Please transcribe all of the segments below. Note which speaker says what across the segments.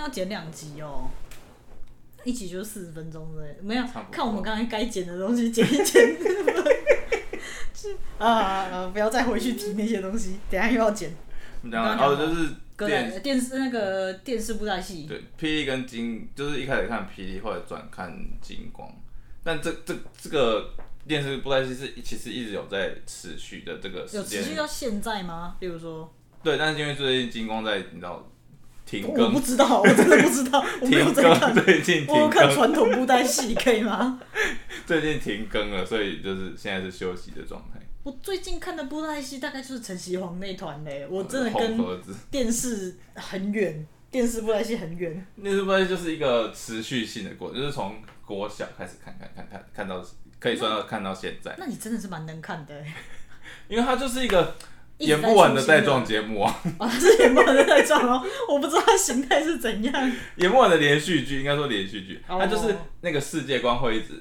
Speaker 1: 要剪两集哦，一集就是四十分钟之类的，没有
Speaker 2: 差不多
Speaker 1: 看我们刚才该剪的东西剪一剪。是 啊啊啊！不要再回去提那些东西，等一下又要剪。
Speaker 2: 你讲然
Speaker 1: 刚刚
Speaker 2: 后
Speaker 1: 讲
Speaker 2: 就
Speaker 1: 过
Speaker 2: 是
Speaker 1: 哥
Speaker 2: 电
Speaker 1: 来电视那个电视布袋戏，
Speaker 2: 对，霹雳跟金就是一开始看霹雳，后来转看金光，但这这这个电视布袋戏是其实一直有在持续的这个时
Speaker 1: 有持续
Speaker 2: 间，
Speaker 1: 到现在吗？例如说，
Speaker 2: 对，但是因为最近金光在你知道停
Speaker 1: 我
Speaker 2: 更
Speaker 1: 不，知道，我真的不知 道，我没有
Speaker 2: 停
Speaker 1: 在
Speaker 2: 更，
Speaker 1: 看，
Speaker 2: 最近
Speaker 1: 我有
Speaker 2: 停
Speaker 1: 看
Speaker 2: 更，
Speaker 1: 传统布袋戏，可以吗？
Speaker 2: 最近停更了，所以就是现在是休息的状态，
Speaker 1: 我最近看的布袋戏大概就是陈其煌那团嘞，我真的
Speaker 2: 红
Speaker 1: 跟
Speaker 2: 盒子。
Speaker 1: 电视很远，电视布袋戏很远。
Speaker 2: 那是不是就是一个持续性的过程，就是从国小开始看看看看看到可以算到看到现在，
Speaker 1: 那你真的是蛮能看的欸，
Speaker 2: 因为它就是一个
Speaker 1: 一直
Speaker 2: 演不完的
Speaker 1: 出新
Speaker 2: 带状节目啊，
Speaker 1: 啊，是演不完的带状哦， 我不知道它形态是怎样。
Speaker 2: 演不完的连续剧，应该说连续剧，
Speaker 1: 哦
Speaker 2: 它就是那个世界观会一直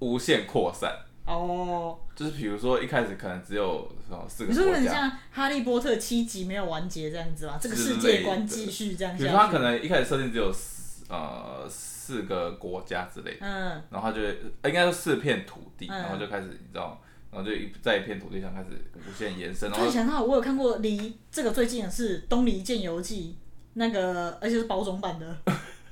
Speaker 2: 无限扩散。
Speaker 1: 哦，
Speaker 2: 就是比如说一开始可能只有什么四
Speaker 1: 你
Speaker 2: 个
Speaker 1: 说有
Speaker 2: 国
Speaker 1: 点
Speaker 2: 家，
Speaker 1: 像《哈利波特》七集没有完结这样子吗？这个
Speaker 2: 之
Speaker 1: 世界
Speaker 2: 类
Speaker 1: 观
Speaker 2: 的
Speaker 1: 继续这样
Speaker 2: 比如说它
Speaker 1: 下去
Speaker 2: 可。能一开始设定只有四呃四个国家之类的，
Speaker 1: 嗯，
Speaker 2: 然后它就会呃应该说四片土地，
Speaker 1: 嗯
Speaker 2: 然后就开始你知道，然后就一在一片土地上开始无限延伸，然
Speaker 1: 突
Speaker 2: 后
Speaker 1: 然想到，我有看过离这个最近的是《东离剑游记》，那 个而且是包装版的，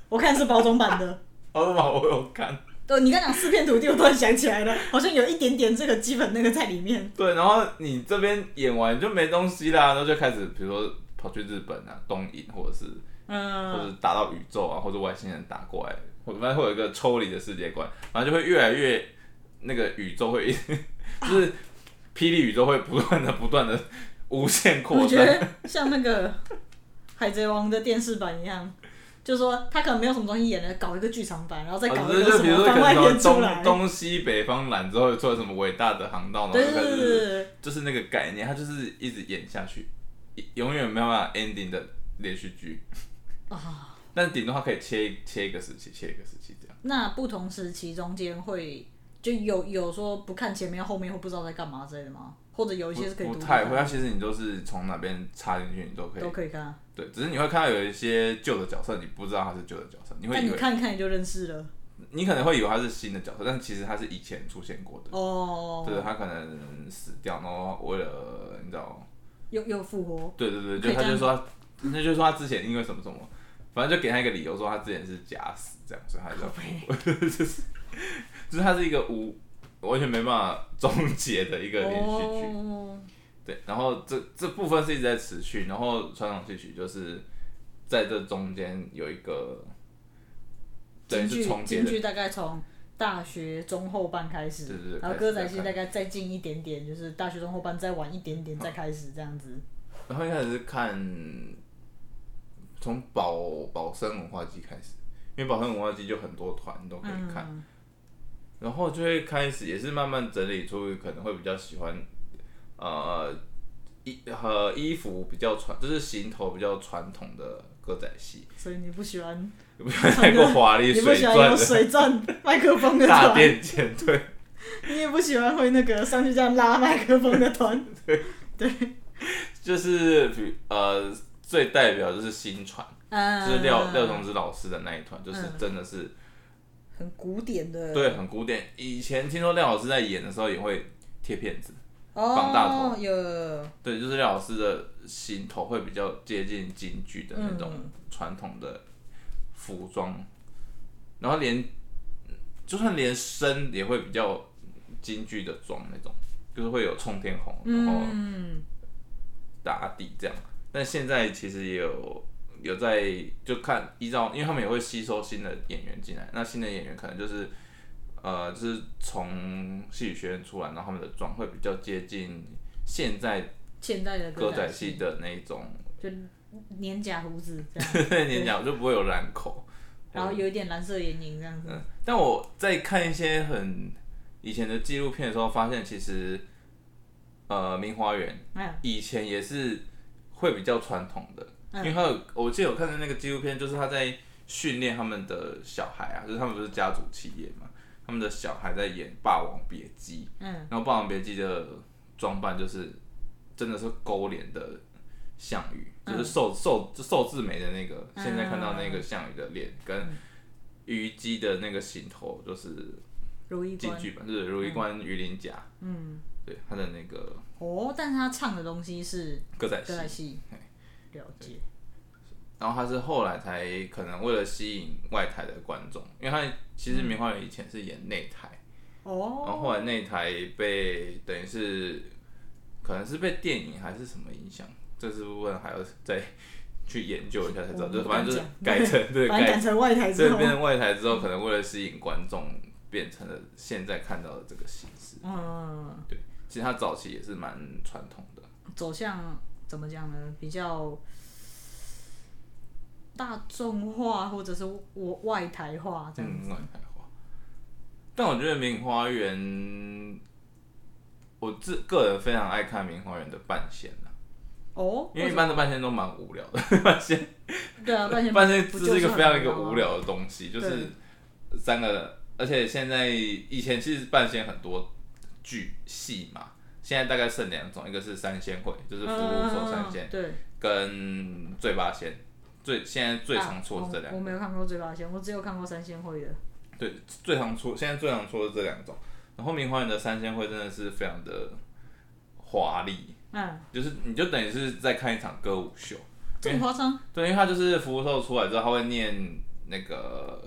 Speaker 1: 我看是包装版的。
Speaker 2: 哦，嘛，我有看。
Speaker 1: 对，你刚讲四片土地，我突然想起来了，好像有一点点这个基本那个在里面。
Speaker 2: 对，然后你这边演完就没东西啦，然后就开始比如说跑去日本啊、东引，或者是、或者
Speaker 1: 嗯，
Speaker 2: 是打到宇宙啊，或者外星人打过来，或反正会有一个抽离的世界观，然后就会越来越那个宇宙会一直 就是霹雳宇宙会不断的不断的无限
Speaker 1: 我
Speaker 2: 扩
Speaker 1: 觉
Speaker 2: 散。
Speaker 1: 得 像那个《海贼王》的电视版一样。就是说，他可能没有什么东西演了，搞一个剧场版，然后再搞
Speaker 2: 啊，
Speaker 1: 一
Speaker 2: 就
Speaker 1: 个
Speaker 2: 是
Speaker 1: 什
Speaker 2: 比如
Speaker 1: 么
Speaker 2: 说可
Speaker 1: 番
Speaker 2: 能
Speaker 1: 外
Speaker 2: 什么
Speaker 1: 篇出
Speaker 2: 东
Speaker 1: 来。
Speaker 2: 东西北方揽之后，做了什么伟大的航道，然后
Speaker 1: 对
Speaker 2: 就
Speaker 1: 对
Speaker 2: 开
Speaker 1: 对
Speaker 2: 始
Speaker 1: 对对，
Speaker 2: 就是那个概念，它就是一直演下去，一永远没有办法 ending 的连续剧。
Speaker 1: 啊，
Speaker 2: 但顶多它可以切一切一个时期，切一个时期这样。
Speaker 1: 那不同时期中间会就有有说不看前面后面会不知道在干嘛之类的吗？或者有一些是可以
Speaker 2: 不
Speaker 1: 读
Speaker 2: 不
Speaker 1: 的
Speaker 2: 太会，它啊其实你都是从哪边插进去，你都可以。
Speaker 1: 都可以看啊，
Speaker 2: 对，只是你会看到有一些旧的角色，你不知道他是旧的角色，你会
Speaker 1: 但
Speaker 2: 以
Speaker 1: 你
Speaker 2: 为
Speaker 1: 看一看你就认识了
Speaker 2: 你可能会以为他是新的角色，但其实他是以前出现过的。
Speaker 1: 哦。
Speaker 2: 对，他啊可能死掉，然后为了你知道，
Speaker 1: 又又复活，
Speaker 2: 对对对，
Speaker 1: 可以
Speaker 2: 就他
Speaker 1: 这
Speaker 2: 就
Speaker 1: 样
Speaker 2: 说他，那就说他之前因为什么什么，反正就给他一个理由说他之前是假死这样，所以 他就
Speaker 1: 靠北
Speaker 2: 就是他是一个无完全没办法终结的一个连续剧。
Speaker 1: 哦，
Speaker 2: 对，然后这这部分是一直在持续，然后传统戏曲就是在这中间有一个，等于
Speaker 1: 京
Speaker 2: 是
Speaker 1: 剧
Speaker 2: 重叠
Speaker 1: 京
Speaker 2: 的，
Speaker 1: 剧大概从大学中后半开始，
Speaker 2: 对对对
Speaker 1: 然后
Speaker 2: 开始
Speaker 1: 歌仔戏
Speaker 2: 再
Speaker 1: 大概再近一点点，就是大学中后半再晚一点点再开始这样子。
Speaker 2: 然后一开始是看从保保生文化祭开始，因为保生文化祭就很多团哦都可以看，
Speaker 1: 嗯，
Speaker 2: 然后就会开始也是慢慢整理出可能会比较喜欢，呃。衣和衣服比较传，就是行头比较传统的歌仔戏，
Speaker 1: 所以你不喜欢，
Speaker 2: 有没有太过华丽
Speaker 1: 哦你不
Speaker 2: 水
Speaker 1: 喜
Speaker 2: 钻
Speaker 1: 欢有
Speaker 2: 的
Speaker 1: 水钻麦克风的
Speaker 2: 大
Speaker 1: 团，
Speaker 2: 垫肩？对，
Speaker 1: 你也不喜欢会那个上去这样拉麦克风的团，
Speaker 2: 就是比呃最代表就是新传， 就
Speaker 1: 嗯，
Speaker 2: 是廖廖崇之老师的那一团，就是真的是、
Speaker 1: 很古典的，
Speaker 2: 对很古典。以前听说廖老师在演的时候也会贴片子，
Speaker 1: 哦，
Speaker 2: 绑大头
Speaker 1: 有
Speaker 2: 对，就是廖老师的行头会比较接近京剧的那种
Speaker 1: 嗯
Speaker 2: 传统的服装，然后连就算连身也会比较京剧的装那种，就是会有冲天红，然后
Speaker 1: 嗯，
Speaker 2: 打底这样。但现在其实也有有在就看依照，因为他们也会吸收新的演员进来，那新的演员可能就是呃，就是从戏曲学院出来，然后他们的妆会比较接近现在
Speaker 1: 现代的
Speaker 2: 歌
Speaker 1: 仔
Speaker 2: 仔戏的那一种，
Speaker 1: 就粘假胡子这样，
Speaker 2: 你讲就不会有染口。
Speaker 1: 然后有一点蓝色眼影这样子，
Speaker 2: 嗯，但我在看一些很以前的纪录片的时候，发现其实呃，明华园
Speaker 1: 哎，
Speaker 2: 以前也是会比较传统的，
Speaker 1: 嗯
Speaker 2: 因为他有我记得有看到那个纪录片，就是他在训练他们的小孩啊，就是他们不是家族企业嘛，他们的小孩在演《霸王别姬》，
Speaker 1: 嗯，
Speaker 2: 然后《霸王别姬》的装扮就是真的是勾脸的项羽，
Speaker 1: 嗯
Speaker 2: 就是寿寿寿字眉的那个，现在看到那个项羽的脸跟
Speaker 1: 嗯
Speaker 2: 虞姬的那个行头，就是
Speaker 1: 如意
Speaker 2: 京
Speaker 1: 观。
Speaker 2: 剧版，就是如意关鱼鳞甲，
Speaker 1: 嗯，
Speaker 2: 对他的那个
Speaker 1: 哦，但是他唱的东西是
Speaker 2: 歌仔
Speaker 1: 歌
Speaker 2: 戏
Speaker 1: 仔。戏，了解。
Speaker 2: 然后他是后来才可能为了吸引外台的观众，因为他其
Speaker 1: 嗯
Speaker 2: 实梅花园以前是演内台，然后
Speaker 1: 哦，
Speaker 2: 后来内台被等于是可能是被电影还是什么影响，这是部分还要再 去研究一下才知道，
Speaker 1: 我们
Speaker 2: 就是
Speaker 1: 不
Speaker 2: 反
Speaker 1: 敢
Speaker 2: 正就是
Speaker 1: 讲
Speaker 2: 改成对
Speaker 1: 反正
Speaker 2: 改
Speaker 1: 改成嗯外台之
Speaker 2: 这
Speaker 1: 后，
Speaker 2: 变成外台之后，可能为了吸引观众，变成了现在看到的这个形式。
Speaker 1: 嗯，
Speaker 2: 其实他早期也是蛮传统的，
Speaker 1: 走向怎么讲呢？比较大众化或者是我外台化哦这样
Speaker 2: 嗯，
Speaker 1: 子。
Speaker 2: 外台花。但我觉得《名花园》，我自个人非常爱看《名花园》的半仙啊，
Speaker 1: 哦，
Speaker 2: 因
Speaker 1: 为
Speaker 2: 为一
Speaker 1: 什
Speaker 2: 般的半仙都蛮无聊的。
Speaker 1: 么对啊，半仙
Speaker 2: 半仙
Speaker 1: 不
Speaker 2: 这
Speaker 1: 就是
Speaker 2: 一个
Speaker 1: 很
Speaker 2: 非常一个
Speaker 1: 无聊吗
Speaker 2: 无聊的东西，就是三个，而且现在以前其实半仙很多剧戏嘛，现在大概剩两种，一个是三仙会，就是福禄寿三仙，
Speaker 1: 嗯对，
Speaker 2: 跟醉八仙。最现在最常出的是这
Speaker 1: 啊
Speaker 2: 两
Speaker 1: 我。我没有看过嘴巴仙，我只有看过三仙会的。
Speaker 2: 对，最常出现在最常出的这两种。然后明花园的三仙会真的是非常的华丽，
Speaker 1: 嗯，
Speaker 2: 就是你就等于是在看一场歌舞秀。
Speaker 1: 这么夸张？
Speaker 2: 对，因为他就是福寿出来之后，他会念那个，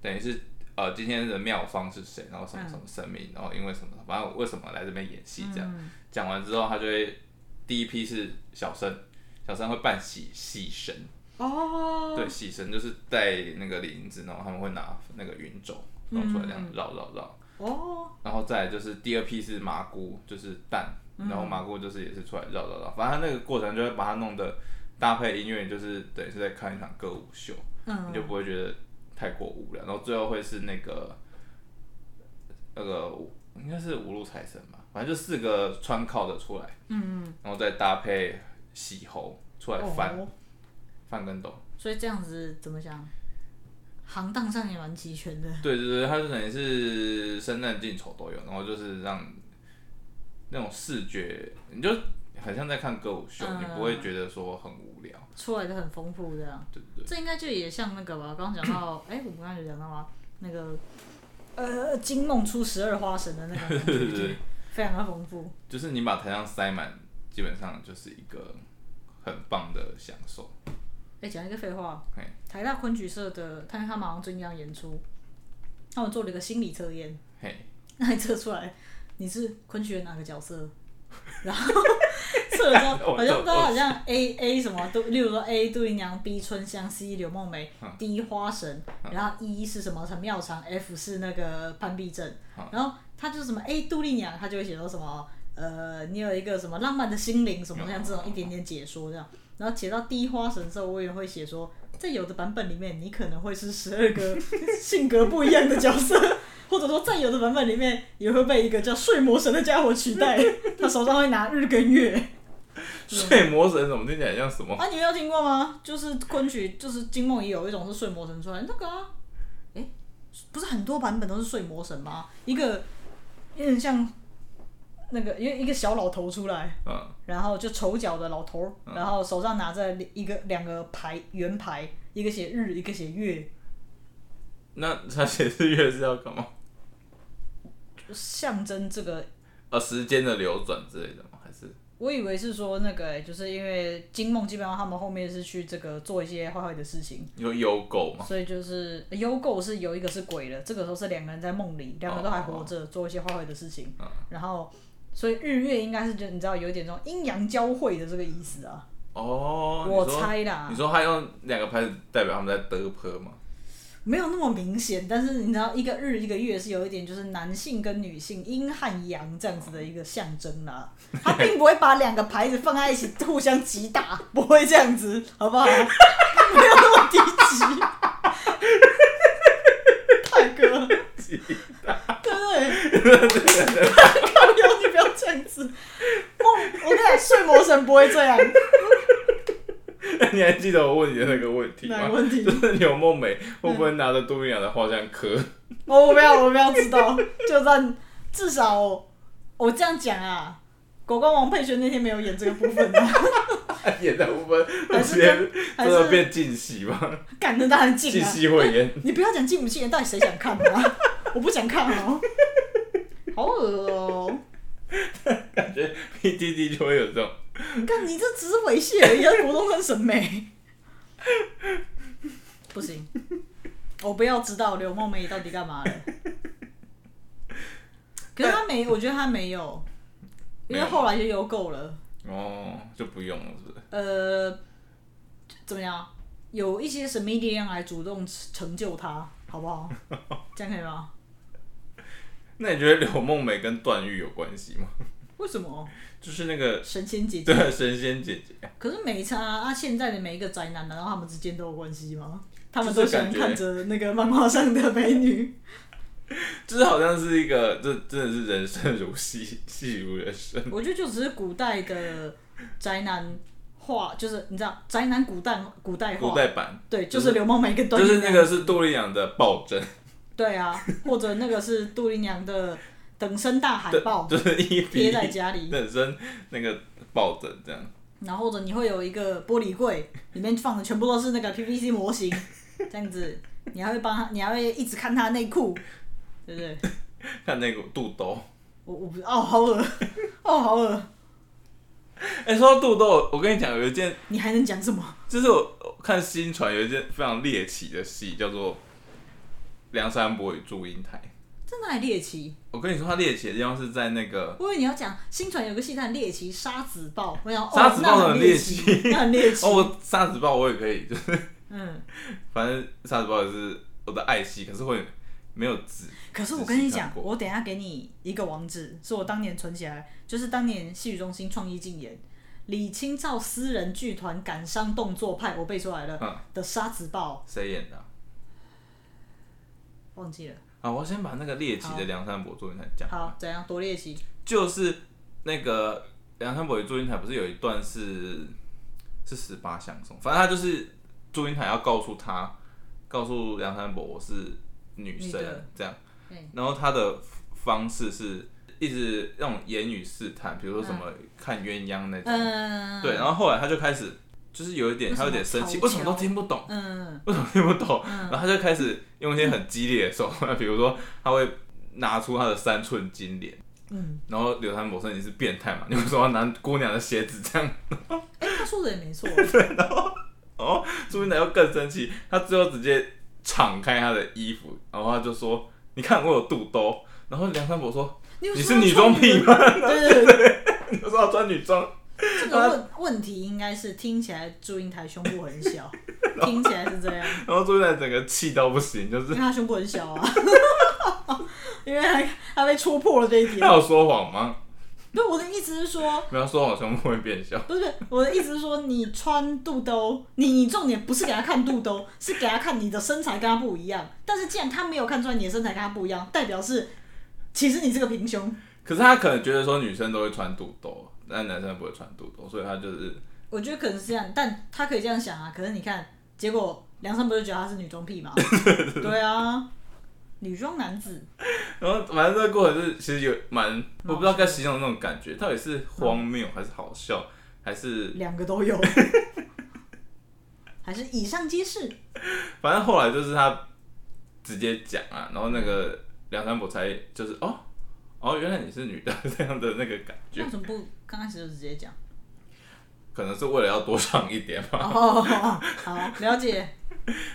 Speaker 2: 等于是呃今天的妙方是谁，然后什么什么神明，然后因为什么，反正为什么来这边演戏这样。讲、完之后，他就会第一批是小生，小生会扮喜喜神，
Speaker 1: 哦，
Speaker 2: 对，喜神就是带那个铃子，然后他们会拿那个云轴弄出来这样绕绕绕。
Speaker 1: 哦，
Speaker 2: 然后再来就是第二批是麻姑，就是蛋，然后麻姑就是也是出来绕绕绕，反正它那个过程就会把它弄得搭配音乐，就是等于是在看一场歌舞秀，你
Speaker 1: 嗯，
Speaker 2: 就不会觉得太过无聊。然后最后会是那个那个应该是五路财神吧，反正就四个穿靠的出来，嗯，然后再搭配喜猴出来翻、
Speaker 1: 哦，
Speaker 2: 翻跟斗，
Speaker 1: 所以这样子怎么讲？行当上也蛮齐全的。
Speaker 2: 对对对，它就等于是生旦净丑都有，然后就是让那种视觉，你就很像在看歌舞秀，
Speaker 1: 嗯
Speaker 2: 你不会觉得说很无聊，
Speaker 1: 出来的很丰富这样。
Speaker 2: 对对对，
Speaker 1: 这应该就也像那个吧，刚刚讲到， 哎、我们刚刚有讲到吗？那个呃，惊梦出十二花神的那个感
Speaker 2: 对对
Speaker 1: 觉，
Speaker 2: 对，
Speaker 1: 非常的丰富。
Speaker 2: 就是你把台上塞满，基本上就是一个很棒的享受。
Speaker 1: 哎、讲一个废话
Speaker 2: 嘿，
Speaker 1: 台大昆曲社的，他他们好像最近要演出，他们做了一个心理测验，
Speaker 2: 嘿，
Speaker 1: 那还测出来你是昆曲的哪个角色， 然后测了之 后，好像都好像 A A 什么，都例如说 A 杜姨娘，B 春香，C 柳梦梅，D
Speaker 2: 嗯
Speaker 1: 花神，然后 E 是什么陈妙长，F 是那个潘必正，
Speaker 2: 嗯
Speaker 1: 然后他就什么 A 杜丽娘，他就会写到什么呃，你有一个什么浪漫的心灵
Speaker 2: 嗯
Speaker 1: 什么像这种一点点解说这样，然后写到 D 花神的时候，我也会写说。在有的版本里面，你可能会是十二个 性格不一样的角色， 或者说在有的版本里面也会被一个叫睡魔神的家伙取 代，他手上会拿日跟月。
Speaker 2: 睡魔神怎么听起来像什么？
Speaker 1: 啊，你没有听过吗？就是昆曲，就是金梦也有一种是睡魔神出来那个啊，诶，不是很多版本都是睡魔神吗？一个有点像那个，因为一个小老头出来，
Speaker 2: 嗯，
Speaker 1: 然后就丑角的老头，然后手上拿着一个两个牌圆牌，一个写日，一个写月，
Speaker 2: 那他写日月是要干嘛？
Speaker 1: 象征这个
Speaker 2: 呃，时间的流转之类的吗？还是
Speaker 1: 我以为是说那个、欸，就是因为金梦基本上他们后面是去这个做一些坏坏的事情，
Speaker 2: 有有狗吗？
Speaker 1: 所以就是优购是有一个是鬼了，这个时候是两个人在梦
Speaker 2: 哦
Speaker 1: 里，两个都还活着，做一些坏坏的事情，
Speaker 2: 嗯
Speaker 1: 然后所以日月应该是就你知道有一点这种阴阳交汇的这个意思啊，
Speaker 2: 哦，你
Speaker 1: 我
Speaker 2: 说
Speaker 1: 猜啊啦
Speaker 2: 你，说他用两个牌子代表他们在德坡吗？
Speaker 1: 没有那么明显，但是你知道一个日一个月是有一点就是男性跟女性阴和阳这样子的一个象征啦，他并不会把两个牌子放在一起互相击打，不会这样子，好不 好？没有那么低级，泰哥，对不对？靠腰，你不要这样子，梦，我跟你讲，睡魔神不会这样，
Speaker 2: 你还记得我问你的那个问题吗？
Speaker 1: 哪个问题嗯
Speaker 2: 就是柳梦梅会不会拿着杜丽娘的画像刻？
Speaker 1: 哦我我不要，我不要知道，就算至少我这样讲啊，狗官王佩璇那天没有演这个部分啊，
Speaker 2: 他演的部分，
Speaker 1: 还
Speaker 2: 直
Speaker 1: 是
Speaker 2: 接
Speaker 1: 跟还
Speaker 2: 真的
Speaker 1: 是
Speaker 2: 变禁戏吧，
Speaker 1: 干的当然 进
Speaker 2: 禁
Speaker 1: 啊！
Speaker 2: 戏会演。
Speaker 1: 你不要讲进不进，到底谁想看啊？ 我不想看哦，好恶哦！
Speaker 2: 感觉 P D D 就会有这种，
Speaker 1: 你看你这只是猥亵而已，要国中生审美，不行，我不要知道刘梦梅到底干嘛了。可是他没，我觉得他没有，因为
Speaker 2: 没有
Speaker 1: 后来就有够了。
Speaker 2: 哦，就不用了，是不是？
Speaker 1: 呃，怎么样？有一些神秘力量来主动成就他，好不好？这样可以吗？
Speaker 2: 那你觉得柳梦梅跟段誉有关系吗？
Speaker 1: 为什么
Speaker 2: 就是那个
Speaker 1: 神仙姐姐？
Speaker 2: 对神仙姐姐，
Speaker 1: 可是没差啊！啊现在的每一个宅男，难道他们之间都有关系吗？他们
Speaker 2: 就
Speaker 1: 都
Speaker 2: 是
Speaker 1: 喜欢
Speaker 2: 感觉
Speaker 1: 看着那个漫画上的美 女。
Speaker 2: 就是好像是一个，这真的是人生如戏，戏如人生。
Speaker 1: 我觉得就只是古代的宅男化，就是你知道宅男古代古代化，
Speaker 2: 古代版
Speaker 1: 对，就是刘梦梅跟段
Speaker 2: 就
Speaker 1: 誉
Speaker 2: 是
Speaker 1: 那
Speaker 2: 那
Speaker 1: 样
Speaker 2: 个是杜丽娘的暴政，
Speaker 1: 对啊，或者那个是杜丽娘的等身大海
Speaker 2: 对
Speaker 1: 报，
Speaker 2: 就是一比
Speaker 1: 啊贴在
Speaker 2: 一
Speaker 1: 家里，
Speaker 2: 本身那个暴政这样。
Speaker 1: 然后或者你会有一个玻璃柜，里面放的全部都是那个 PVC 模型，这样子，你还会帮他，你还会一直看他内裤，对不对？
Speaker 2: 看那个肚兜，
Speaker 1: 我我不哦，好恶，哦好恶，
Speaker 2: 哎、说到肚兜，我跟你讲，有一件
Speaker 1: 你还能讲什么？
Speaker 2: 就是我我看新传有一件非常猎奇的戏，叫做《梁山伯与祝英台》。
Speaker 1: 在哪里猎奇？
Speaker 2: 我跟你说，它猎奇的地方是在那 个
Speaker 1: 我以为你要讲新传有个戏叫猎奇杀子豹，我想哦
Speaker 2: 杀子豹
Speaker 1: 那
Speaker 2: 很
Speaker 1: 猎
Speaker 2: 猎
Speaker 1: 奇，那很猎奇，
Speaker 2: 哦，沙子豹我也可以，就是
Speaker 1: 嗯。
Speaker 2: 反正沙子豹也是我的爱戏，可是会没有字。
Speaker 1: 可是我跟你
Speaker 2: 仔细
Speaker 1: 讲
Speaker 2: 看，过
Speaker 1: 我等一下给你一个网址，是我当年存起来，就是当年戏剧中心创意竞演，李清照私人剧团感伤动作派，我背出来了、
Speaker 2: 嗯
Speaker 1: 的《杀子豹
Speaker 2: 谁演的啊？》，
Speaker 1: 忘记了。
Speaker 2: 啊我先把那个猎奇
Speaker 1: 好
Speaker 2: 的梁山伯祝英台讲完。
Speaker 1: 好，怎样多猎奇？
Speaker 2: 就是那个梁山伯与祝英台不是有一段是是十八相送，反正他就是祝英台要告诉他，告诉梁山伯我是女
Speaker 1: 女
Speaker 2: 生
Speaker 1: 的
Speaker 2: 这样
Speaker 1: 对，
Speaker 2: 然后他的方式是一直那种言语试探，比如说什么看鸳鸯那种，
Speaker 1: 嗯，
Speaker 2: 对，然后后来他就开始就是有一点
Speaker 1: 为什
Speaker 2: 他
Speaker 1: 么
Speaker 2: 有点生气，
Speaker 1: 嘲
Speaker 2: 为什么
Speaker 1: 笑
Speaker 2: 都听不懂？
Speaker 1: 嗯，
Speaker 2: 为什么听不懂？然后他就开始用一些很激烈的手段，比如说他会拿出他的三寸金莲，
Speaker 1: 嗯，
Speaker 2: 然后柳山伯说你是变态嘛，你 为什么要拿姑娘的鞋子这样？
Speaker 1: 哎、他说的也没错，
Speaker 2: 哦，朱云南又更生气，他最后直接敞开他的衣服，然后他就说你看我有肚兜，然后梁山伯说
Speaker 1: 你有
Speaker 2: 你是
Speaker 1: 说要
Speaker 2: 女装
Speaker 1: 创意的？
Speaker 2: 癖吗？
Speaker 1: 对对对，
Speaker 2: 你说要穿女装，
Speaker 1: 这个问问题应该是听起来祝英台胸部很小，听起来是这样。
Speaker 2: 然后朱云南整个气到不行，就
Speaker 1: 因
Speaker 2: 是
Speaker 1: 为他胸部很小啊， 因为他他被戳破了这一
Speaker 2: 他
Speaker 1: 点。
Speaker 2: 有说谎吗？
Speaker 1: 不是我的意思是说，
Speaker 2: 不要说谎，胸部会变小。
Speaker 1: 不是我的意思是说，你穿肚兜，你你重点不是给他看肚兜，是给他看你的身材跟他不一样。但是既然他没有看出来你的身材跟他不一样，代表是其实你是个平胸。
Speaker 2: 可是他可能觉得说女生都会穿肚兜，但男生不会穿肚兜，所以他就是
Speaker 1: 我觉得可能是这样，但他可以这样想啊。可是你看，结果梁山伯就觉得他是女装 癖嘛？对啊，女装男子
Speaker 2: 然后反正这个过程就是其实有蛮，我不知道该形容那种感觉，到底是荒谬还是好笑，还是
Speaker 1: 两个都有， 还是以上皆是。
Speaker 2: 反正后来就是他直接讲啊，然后那个梁山伯才就是哦哦，原来你是女的这样的那个感觉
Speaker 1: 为，什么不刚开始就直接 讲？
Speaker 2: 可能是为了要多上一点吧。
Speaker 1: 哦，好，了解。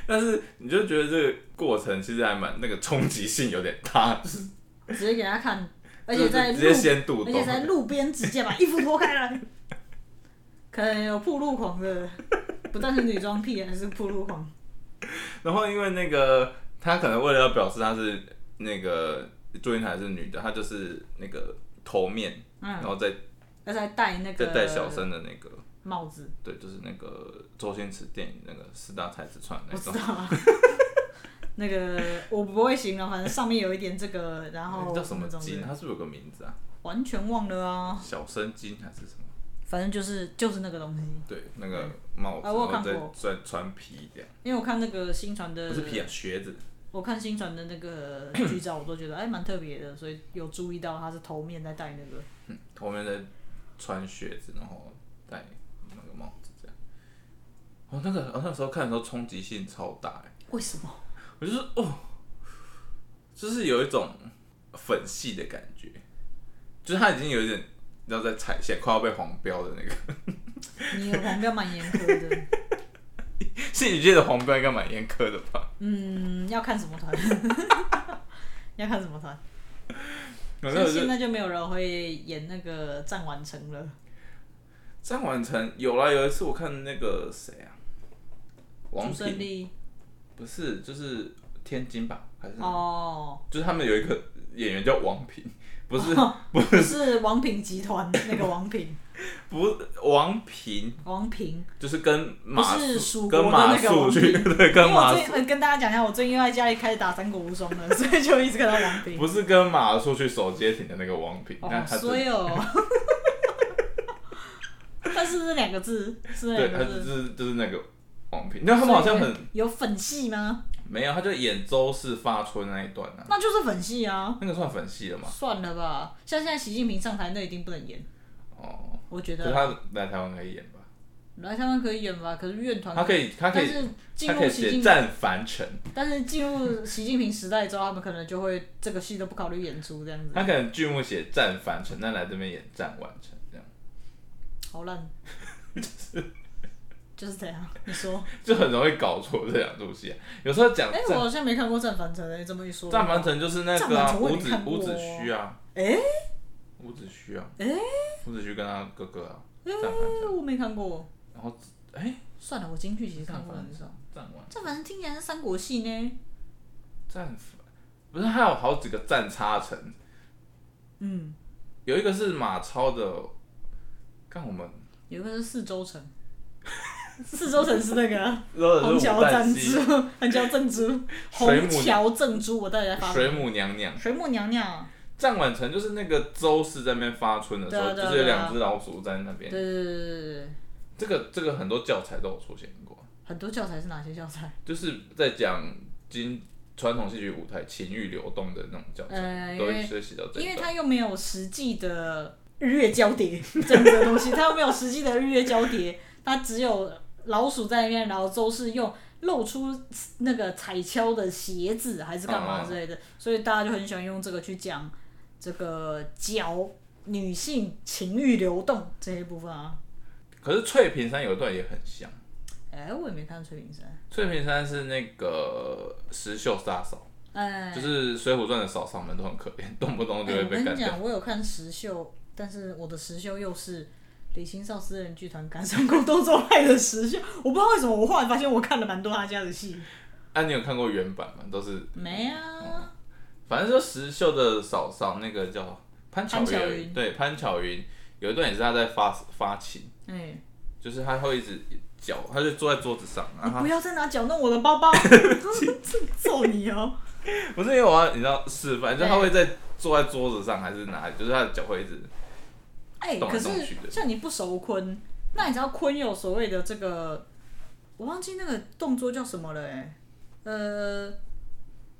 Speaker 2: 但是你就觉得这个过程其实还蛮那个冲击性有点大，就是
Speaker 1: 直接给他看，而
Speaker 2: 就
Speaker 1: 且
Speaker 2: 是
Speaker 1: 在
Speaker 2: 直
Speaker 1: 路，
Speaker 2: 接先肚
Speaker 1: 而
Speaker 2: 兜，
Speaker 1: 且在路边直接把衣服脱开了。可能有铺路狂的，不但是女装癖，还是铺路狂。
Speaker 2: 然后因为那个他可能为了要表示他是那个祝英台是女的，他就是那个头面，然
Speaker 1: 嗯，
Speaker 2: 后再
Speaker 1: 而且还戴那
Speaker 2: 再
Speaker 1: 个
Speaker 2: 哦戴小生的那个，
Speaker 1: 帽子，
Speaker 2: 对，就是那个周星驰电影那个四大才子穿的
Speaker 1: 我
Speaker 2: 那
Speaker 1: 知
Speaker 2: 种。
Speaker 1: 道啊。那个我不会形容，反正上面有一点这个，然后
Speaker 2: 叫什么
Speaker 1: 哦那种的
Speaker 2: 金？他是不是有个名字啊？
Speaker 1: 完全忘了啊，
Speaker 2: 小生金还是什么？
Speaker 1: 反正就是就是那个东西。
Speaker 2: 对，那个帽
Speaker 1: 啊
Speaker 2: 子，然
Speaker 1: 我有
Speaker 2: 后
Speaker 1: 看
Speaker 2: 再
Speaker 1: 过
Speaker 2: 再穿皮这样，
Speaker 1: 因为我看那个新传的，
Speaker 2: 不是皮啊，靴子。
Speaker 1: 我看新传的那 个剧照，我都觉得哎蛮特别的，所以有注意到他是头面在戴那个。
Speaker 2: 嗯，头面在穿靴子，然后戴那个帽子。哦，那个哦，那时候看的时候冲击性超大哎，
Speaker 1: 为什么？
Speaker 2: 我就是哦，就是有一种粉系的感觉，就是他已经有一点，你知道在踩线，快要被黄标的那个，
Speaker 1: 你的黄标蛮严苛的。
Speaker 2: 戏剧界的黄标应该蛮严苛的吧？
Speaker 1: 嗯，要看什么团？ 要看什么团？
Speaker 2: 反
Speaker 1: 所
Speaker 2: 正
Speaker 1: 以
Speaker 2: 我就
Speaker 1: 现在就没有人会演那个《战完成》了。
Speaker 2: 张婉成有啦，有一次我看那个谁啊，王
Speaker 1: 朱胜
Speaker 2: 品
Speaker 1: 利
Speaker 2: 不是就是天津吧，还是、
Speaker 1: 哦，
Speaker 2: 就是他们有一个演员叫王品， 不是、
Speaker 1: 不是王品集团那个王 品，
Speaker 2: 不是王平，
Speaker 1: 王平。
Speaker 2: 就是跟马
Speaker 1: 不是蜀国
Speaker 2: 术跟
Speaker 1: 的
Speaker 2: 马
Speaker 1: 那个
Speaker 2: 术
Speaker 1: 王
Speaker 2: 去，
Speaker 1: 平
Speaker 2: 对，
Speaker 1: 因
Speaker 2: 跟
Speaker 1: 为我
Speaker 2: 马
Speaker 1: 最近、
Speaker 2: 术
Speaker 1: 呃、跟大家讲一下，我最近又在家里开始打三国无双了， 所以就一直看到王平。
Speaker 2: 不是跟马术去守街亭的那个王平，
Speaker 1: 哦，
Speaker 2: 那
Speaker 1: 好
Speaker 2: 他是
Speaker 1: 衰哦。 但是那两个字是那
Speaker 2: 对，
Speaker 1: 两
Speaker 2: 他
Speaker 1: 个
Speaker 2: 就
Speaker 1: 字，
Speaker 2: 是就是那个王平，那他们好像
Speaker 1: 所以
Speaker 2: 很
Speaker 1: 有粉戏吗？
Speaker 2: 没有，他就演周氏发春那一段啊，
Speaker 1: 那就是粉戏啊，
Speaker 2: 那个算粉戏了嘛？
Speaker 1: 算了吧。像现在习近平上台，那一定不能演，
Speaker 2: 哦，
Speaker 1: 我觉
Speaker 2: 可
Speaker 1: 得
Speaker 2: 是。他来台湾可以演吧？
Speaker 1: 来台湾可以演吧，可是乐团
Speaker 2: 他可以，他可
Speaker 1: 但
Speaker 2: 以，
Speaker 1: 是进
Speaker 2: 他可
Speaker 1: 入
Speaker 2: 以
Speaker 1: 习
Speaker 2: 写
Speaker 1: 近，
Speaker 2: 战凡尘，
Speaker 1: 但是进入习近平时代之后，他们可能就会这个戏都不考虑演出这样子，
Speaker 2: 他可能剧目写战凡尘，但来这边演战完成这样，
Speaker 1: 好烂，就是这样。你说，
Speaker 2: 就很容易搞错这两出戏啊。有时候讲
Speaker 1: 哎、我
Speaker 2: 战
Speaker 1: 好像没看过《战凡城》诶，这么一说，
Speaker 2: 战凡，尘就是那个
Speaker 1: 战
Speaker 2: 啊
Speaker 1: 凡尘我也
Speaker 2: 伍
Speaker 1: 没
Speaker 2: 子
Speaker 1: 看过哦
Speaker 2: 伍子胥啊，
Speaker 1: 哎
Speaker 2: 伍子胥啊，
Speaker 1: 哎
Speaker 2: 伍子胥跟他哥哥啊，
Speaker 1: 哎
Speaker 2: 战凡尘，
Speaker 1: 我没看过。
Speaker 2: 然后哎，
Speaker 1: 算了，我京剧其实
Speaker 2: 战
Speaker 1: 看过
Speaker 2: 凡
Speaker 1: 很
Speaker 2: 尘
Speaker 1: 少。，
Speaker 2: 战完
Speaker 1: 战凡城听起来是三国戏呢，
Speaker 2: 战凡，不是还有好几个战插城，
Speaker 1: 嗯，
Speaker 2: 有一个是马超的，看我们。
Speaker 1: 有一个是四周城，四周城是那个啊
Speaker 2: 如果
Speaker 1: 虹
Speaker 2: 是
Speaker 1: 桥
Speaker 2: 五代
Speaker 1: 珍
Speaker 2: 西
Speaker 1: 珠，虹桥珍珠，
Speaker 2: 水
Speaker 1: 虹
Speaker 2: 母
Speaker 1: 桥珍珠，我到底在发什
Speaker 2: 水
Speaker 1: 么？
Speaker 2: 母娘娘，
Speaker 1: 水母娘娘，
Speaker 2: 战晚城就是那个周氏在那边发春的时候，
Speaker 1: 对啊对啊
Speaker 2: 就是有
Speaker 1: 对啊
Speaker 2: 两只老鼠在那
Speaker 1: 对
Speaker 2: 边。
Speaker 1: 对对对对对，
Speaker 2: 这个这个很多教材都有出现过，
Speaker 1: 很多教材是哪些教材？
Speaker 2: 就是在讲今传统戏剧舞台情欲流动的那种教材，
Speaker 1: 呃，因
Speaker 2: 都会
Speaker 1: 为
Speaker 2: 学习到这
Speaker 1: 因为
Speaker 2: 一段。
Speaker 1: 它又没有实际的日月交叠 这样子的东西，它又没有实际的日月交叠，它只有老鼠在那边，然后周氏用露出那个彩敲的鞋子还是干嘛之类的，所以大家就很喜欢用这个去讲这个脚女性情欲流动这些部分啊。
Speaker 2: 可是翠屏山有一段也很像，
Speaker 1: 哎、我也没看崔屏山，
Speaker 2: 翠屏山是那个石秀杀嫂，
Speaker 1: 哎、
Speaker 2: 就是《水浒传》的嫂嫂们都很可怜，动不动就
Speaker 1: 哎
Speaker 2: 会
Speaker 1: 我
Speaker 2: 被
Speaker 1: 跟
Speaker 2: 干
Speaker 1: 你
Speaker 2: 掉。
Speaker 1: 讲，我有看石秀，但是我的石秀又是李清照私人剧团赶上过动作派的石秀，我不知道为什么，我后来发现我看了蛮多他家的戏。
Speaker 2: 啊，你有看过原版吗？都是
Speaker 1: 没
Speaker 2: 哦
Speaker 1: 啊，
Speaker 2: 反正就石秀的嫂嫂那个叫潘巧
Speaker 1: 潘巧
Speaker 2: 云，
Speaker 1: 云
Speaker 2: 对潘巧云有一段也是她在发发情，
Speaker 1: 哎、
Speaker 2: 就是她会一直脚，她就坐在桌子上，然
Speaker 1: 你
Speaker 2: 后
Speaker 1: 不要再拿脚弄我的包 包，揍你哦！
Speaker 2: 她不是因为我要你知道示范，就她会在坐在桌子上还是哪里，就是她的脚会一直
Speaker 1: 哎、
Speaker 2: 动来
Speaker 1: 可是
Speaker 2: 动去的
Speaker 1: 像你不熟鲲，那你知道鲲有所谓的这个，我忘记那个动作叫什么了、哎，呃，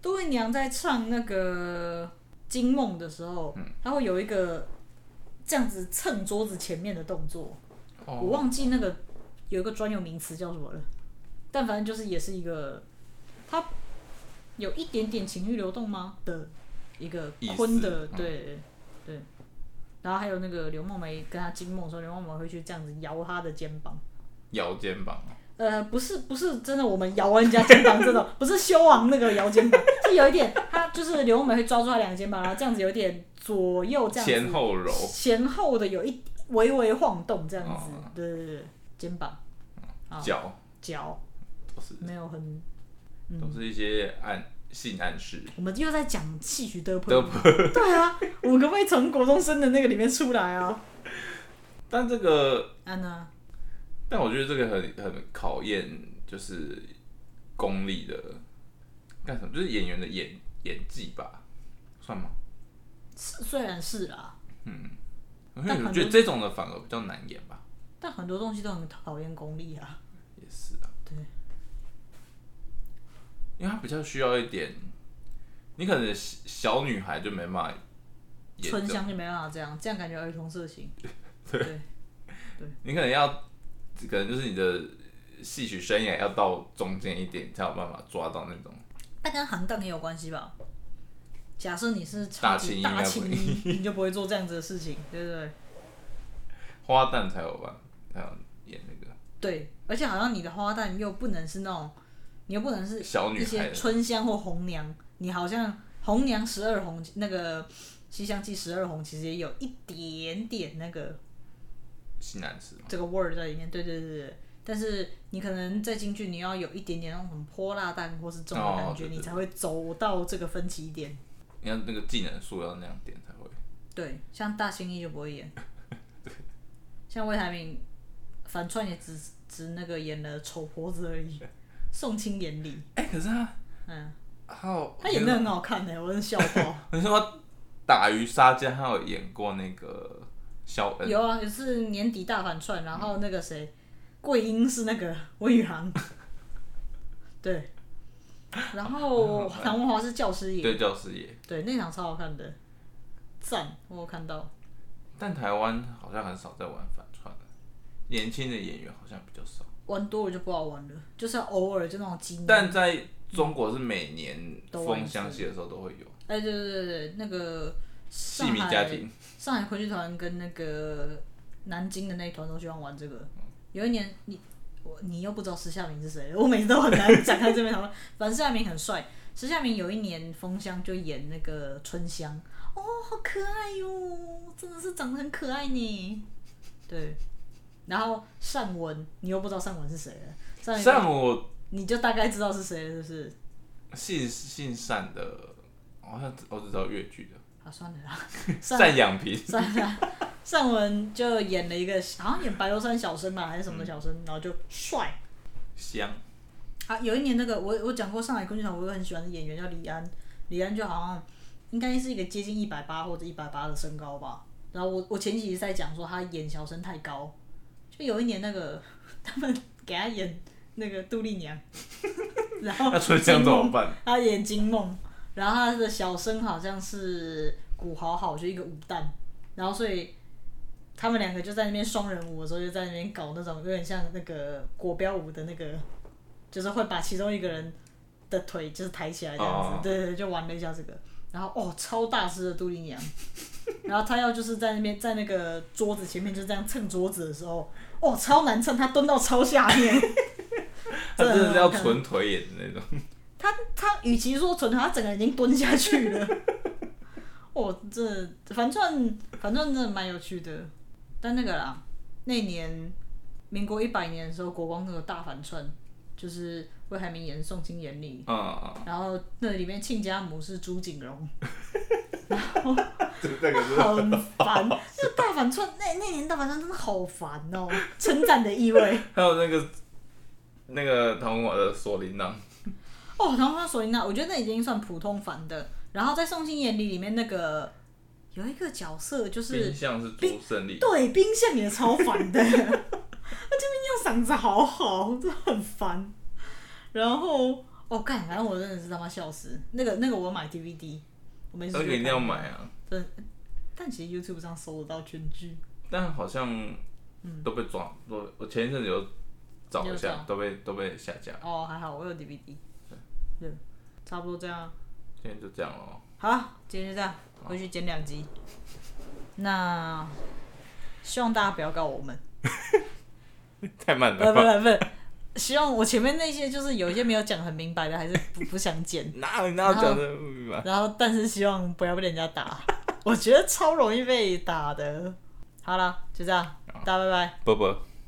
Speaker 1: 杜文娘在唱那个《惊梦》的时候，
Speaker 2: 嗯
Speaker 1: 她会有一个这样子蹭桌子前面的动作，我
Speaker 2: 哦，
Speaker 1: 忘记那个有一个专有名词叫什么了，但反正就是也是一个，它有一点点情欲流动吗的一个
Speaker 2: 意思
Speaker 1: 坤的，
Speaker 2: 嗯
Speaker 1: 对对。然后还有那个刘梦梅跟她惊梦的时候，刘梦梅会去这样子摇她的肩膀。
Speaker 2: 摇肩膀，
Speaker 1: 呃，不是不是真的，我们摇人家肩膀这种，不是修王那个摇肩膀， 是有一点，她就是刘梦梅会抓住她两个肩膀，然后这样子有点左右这样子
Speaker 2: 前后揉，
Speaker 1: 前后的有一微微晃动这样子，
Speaker 2: 哦
Speaker 1: 对对对，肩膀、好
Speaker 2: 脚
Speaker 1: 脚
Speaker 2: 都是
Speaker 1: 没有很。嗯
Speaker 2: 都是一些暗性暗示。
Speaker 1: 我们又在讲戏曲德
Speaker 2: 德
Speaker 1: 普，对啊，我们可不可以从国中生的那个里面出来啊？
Speaker 2: 但这个，
Speaker 1: 安娜，
Speaker 2: 但我觉得这个很很考验就是功力的，干什么？就是演员的演演技吧，算吗？
Speaker 1: 是虽然是啊啦，
Speaker 2: 因为我觉得这种的反而比较难演吧，
Speaker 1: 但很多东西都很考验功力啊。
Speaker 2: 也是啊，
Speaker 1: 对，
Speaker 2: 因为它比较需要一点，你可能小小女孩就没办法演
Speaker 1: 春
Speaker 2: 这种，
Speaker 1: 香就没办法这样，这样感 觉儿童色情。对，
Speaker 2: 你可能要，可能就是你的戏曲生涯要到中间一点才有办法抓到那种
Speaker 1: 那跟行当也有关系吧？假设你是超级
Speaker 2: 大
Speaker 1: 大
Speaker 2: 青
Speaker 1: 青
Speaker 2: 衣
Speaker 1: 衣，你就不会做这样子的事情，对不对？
Speaker 2: 花旦才有吧，才有演那个
Speaker 1: 对，而且好像你的花旦又不能是那种，你又不能是
Speaker 2: 小女
Speaker 1: 一
Speaker 2: 孩
Speaker 1: 些
Speaker 2: 的。
Speaker 1: 春香或红娘，你好像红娘十二红那个《西厢记》十二红，其实也有一点点那个
Speaker 2: 西南市嘛，
Speaker 1: 这个味儿在里面。对对对对。但是你可能在京剧，你要有一点点那种很泼辣蛋或是这种感
Speaker 2: 哦
Speaker 1: 觉，
Speaker 2: 对对
Speaker 1: 你才会走到这个分歧点。
Speaker 2: 你看那个技能树要那样点才会。
Speaker 1: 对，像大兴义就不会 演，像魏海敏反串也只只那个演了丑婆子而已，宋清演李，
Speaker 2: 哎、可是他，
Speaker 1: 嗯，
Speaker 2: 还有
Speaker 1: 他演的很好看的、我真的笑爆。
Speaker 2: 你说打鱼杀家，他有演过那个肖恩，
Speaker 1: 有啊，也是年底大反串，然后那个谁，桂英是那个温宇航， 对，然后唐文华是教师爷，
Speaker 2: 对教师爷。
Speaker 1: 对，那场超好看的，赞，我有看到，
Speaker 2: 但台湾好像很少在玩反串的，年轻的演员好像比较少。
Speaker 1: 玩多了就不好玩了，就是偶尔就那种经典，
Speaker 2: 但在中国是每年封香戏的时候都会有
Speaker 1: 哎，对对对对，那个
Speaker 2: 戏
Speaker 1: 上
Speaker 2: 迷家
Speaker 1: 海
Speaker 2: 庭，
Speaker 1: 上海昆剧团跟那个南京的那一团都喜欢玩这个。有一年你我你又不知道石夏明是谁，我每次都很难展开这边讨论。反正石夏明很帅，石夏明有一年封香就演那个春香，哦，好可爱哟、真的是长得很可爱呢。对，然后善文你又不知道善文是谁了，善文
Speaker 2: 像我
Speaker 1: 你就大概知道是谁了，是不是？
Speaker 2: 姓姓善的，好像我只知道越剧的
Speaker 1: 啊，算了啦，善
Speaker 2: 单养平，
Speaker 1: 算了，尚啊文就演了一个，好像演白楼山小生吧，还是什么小生，然后就帅。
Speaker 2: 香
Speaker 1: 啊，有一年那个我我讲过上海昆剧团，我有个很喜欢的演员叫李安，李安就好像应该是一个接近一百八或者一百八的身高吧。然后我我前几集在讲说他演小生太高，就有一年那个 他们给他演那个杜丽娘， 然后
Speaker 2: 那春香怎么办？
Speaker 1: 他演金梦，然后他的小生好像是古好好，就一个武旦，然后所以他们两个就在那边双人舞的时候，就在那边搞那种有点像那个国标舞的那个，就是会把其中一个人的腿就是抬起来这样子，
Speaker 2: 哦
Speaker 1: 对对对，就玩了一下这个，然后哦，超大师的杜丽娘。然后他要就是在那边在那个桌子前面就这样蹭桌子的时候，哦，超难蹭，他蹲到超下面，真
Speaker 2: 他真的是要
Speaker 1: 的很好看
Speaker 2: 纯腿演的那种，
Speaker 1: 他他与其说蠢，他整个人已经蹲下去了。哦，这反正反正真的蛮有趣的。但那个啦，那年民国一百年的时候，国光那个大反串，就是魏海明演宋清演李，
Speaker 2: 嗯，
Speaker 1: 然后那里面亲家母是朱景荣，
Speaker 2: 这这个是
Speaker 1: 很烦。那大反串那那年大反串真的好烦哦，称赞的意味。
Speaker 2: 还有那个那个唐文华的锁麟囊，
Speaker 1: 哦，唐花索琳娜，我觉得那已经算普通凡的。然后在宋清眼里里面那个有一个角色就是
Speaker 2: 冰象是朱胜利，
Speaker 1: 对冰象也超烦的，而 且冰象嗓子好好，真的很烦。然后哦，干，反正我真的是他妈笑死。那个那个我有买 DVD，我没事
Speaker 2: 那
Speaker 1: 就
Speaker 2: 个
Speaker 1: 看
Speaker 2: 一定要买啊，
Speaker 1: 真，但其实 YouTube 上搜得到全剧。
Speaker 2: 但好像都被抓，都我前一阵子有找
Speaker 1: 嗯
Speaker 2: 一
Speaker 1: 有
Speaker 2: 下
Speaker 1: 找，
Speaker 2: 都被都被下架，
Speaker 1: 哦，还好我有 DVD。对，差不多这样。
Speaker 2: 今天就这样 咯。
Speaker 1: 好，今天就这样，回去剪两集。那希望大家不要告我 们，
Speaker 2: 太慢
Speaker 1: 不是
Speaker 2: 了
Speaker 1: 不
Speaker 2: 吧？
Speaker 1: 是不是，希望我前面那些就是有一些没有讲很明白的，还是不不想剪。
Speaker 2: 哪有哪有讲的明白？
Speaker 1: 然后，但是希望不要被人家打，我觉得超容易被打的。好了，就这样，大家拜拜。
Speaker 2: 不不。